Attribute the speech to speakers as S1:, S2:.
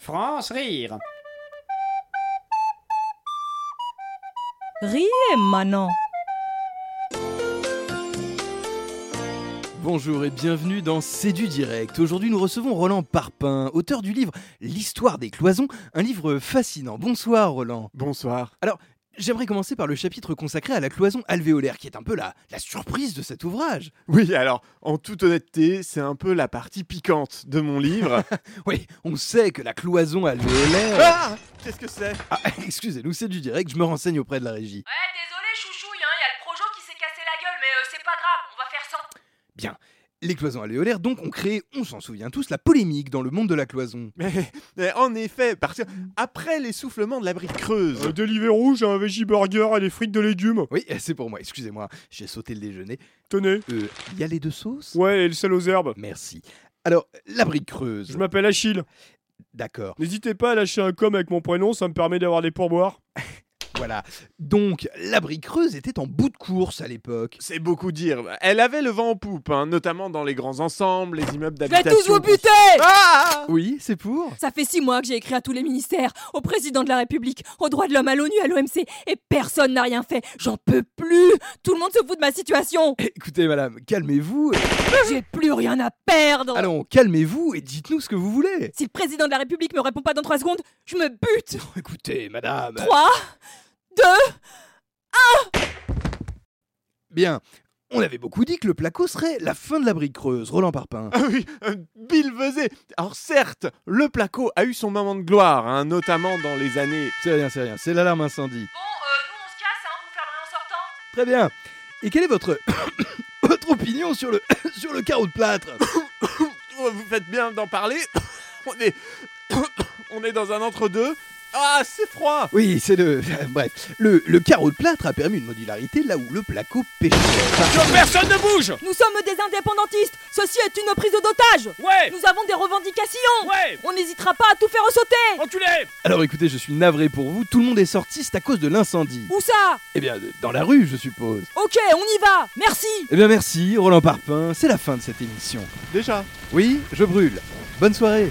S1: France Rire.
S2: Riez, Manon.
S3: Bonjour et bienvenue dans C'est du direct. Aujourd'hui, nous recevons Roland Parpin, auteur du livre L'histoire des cloisons, un livre fascinant. Bonsoir Roland.
S4: Bonsoir.
S3: J'aimerais commencer par le chapitre consacré à la cloison alvéolaire, qui est un peu la, la surprise de cet ouvrage.
S4: Oui, alors, en toute honnêteté, c'est un peu la partie piquante de mon livre.
S3: Oui, on sait que la cloison alvéolaire...
S4: ah Qu'est-ce que c'est
S3: Ah, excusez-nous, c'est du direct, je me renseigne auprès de la régie.
S5: Ouais, désolé chouchouille, hein, y a le projo qui s'est cassé la gueule, mais euh, c'est pas grave, on va faire sans.
S3: Les cloisons alvéolaires, donc, ont créé, on s'en souvient tous, la polémique dans le monde de la cloison.
S4: mais, mais Eh, en effet, parce que après l'essoufflement de la brique
S6: Euh,
S4: creuse.
S6: Deliveroo, j'ai un veggie burger et des frites de légumes.
S3: Oui, c'est pour moi, excusez-moi, j'ai sauté le déjeuner.
S6: Tenez.
S3: Euh, il y a les deux sauces
S6: Ouais, et le sel aux herbes.
S3: Merci. Alors, la brique creuse.
S6: Je m'appelle Achille.
S3: D'accord.
S6: N'hésitez pas à lâcher un com avec mon prénom, ça me permet d'avoir des pourboires.
S3: Voilà. Donc, la brique creuse était en bout de course à l'époque.
S4: C'est beaucoup dire. Elle avait le vent en poupe, hein, notamment dans les grands ensembles, les immeubles
S2: Je vais
S4: d'habitation.
S2: tous vous buter
S4: Ah
S3: Oui, c'est pour.
S2: Ça fait six mois que j'ai écrit à tous les ministères, au président de la République, aux droits de l'homme, à l'ONU, à l'OMC, et personne n'a rien fait. J'en peux plus Tout le monde se fout de ma situation
S3: Écoutez, madame, calmez-vous.
S2: J'ai plus rien à perdre
S3: Allons, calmez-vous et dites-nous ce que vous voulez.
S2: Si le président de la République me répond pas dans trois secondes, je me bute
S3: Écoutez, madame.
S2: Trois
S3: Bien. On avait beaucoup dit que le placo serait la fin de la brique creuse, Roland Parpin.
S4: Ah oui, euh, Bill Vezet. Alors certes, le placo a eu son moment de gloire, hein, notamment dans les années...
S3: C'est rien, c'est rien, c'est l'alarme incendie.
S5: Bon, euh, nous on se casse, hein, vous fermerez en sortant.
S3: Très bien. Et quelle est votre, votre opinion sur le, sur le carreau de plâtre
S4: Oh, Vous faites bien d'en parler. On est... On est dans un entre-deux. Ah, c'est froid
S3: Oui, c'est le. Bref, le, le carreau de plâtre a permis une modularité là où le placo pêchait. Enfin,
S6: personne ne bouge
S2: Nous sommes des indépendantistes Ceci est une prise d'otage
S6: Ouais
S2: Nous avons des revendications
S6: Ouais
S2: On n'hésitera pas à tout faire sauter
S6: Enculé
S3: alors écoutez, je suis navré pour vous, tout le monde est sorti, c'est à cause de l'incendie.
S2: Où ça
S3: Eh bien, de- dans la rue, je suppose.
S2: Ok, on y va Merci
S3: Eh bien, merci, Roland Parpin, c'est la fin de cette émission.
S4: Déjà.
S3: Oui, je brûle. Bonne soirée.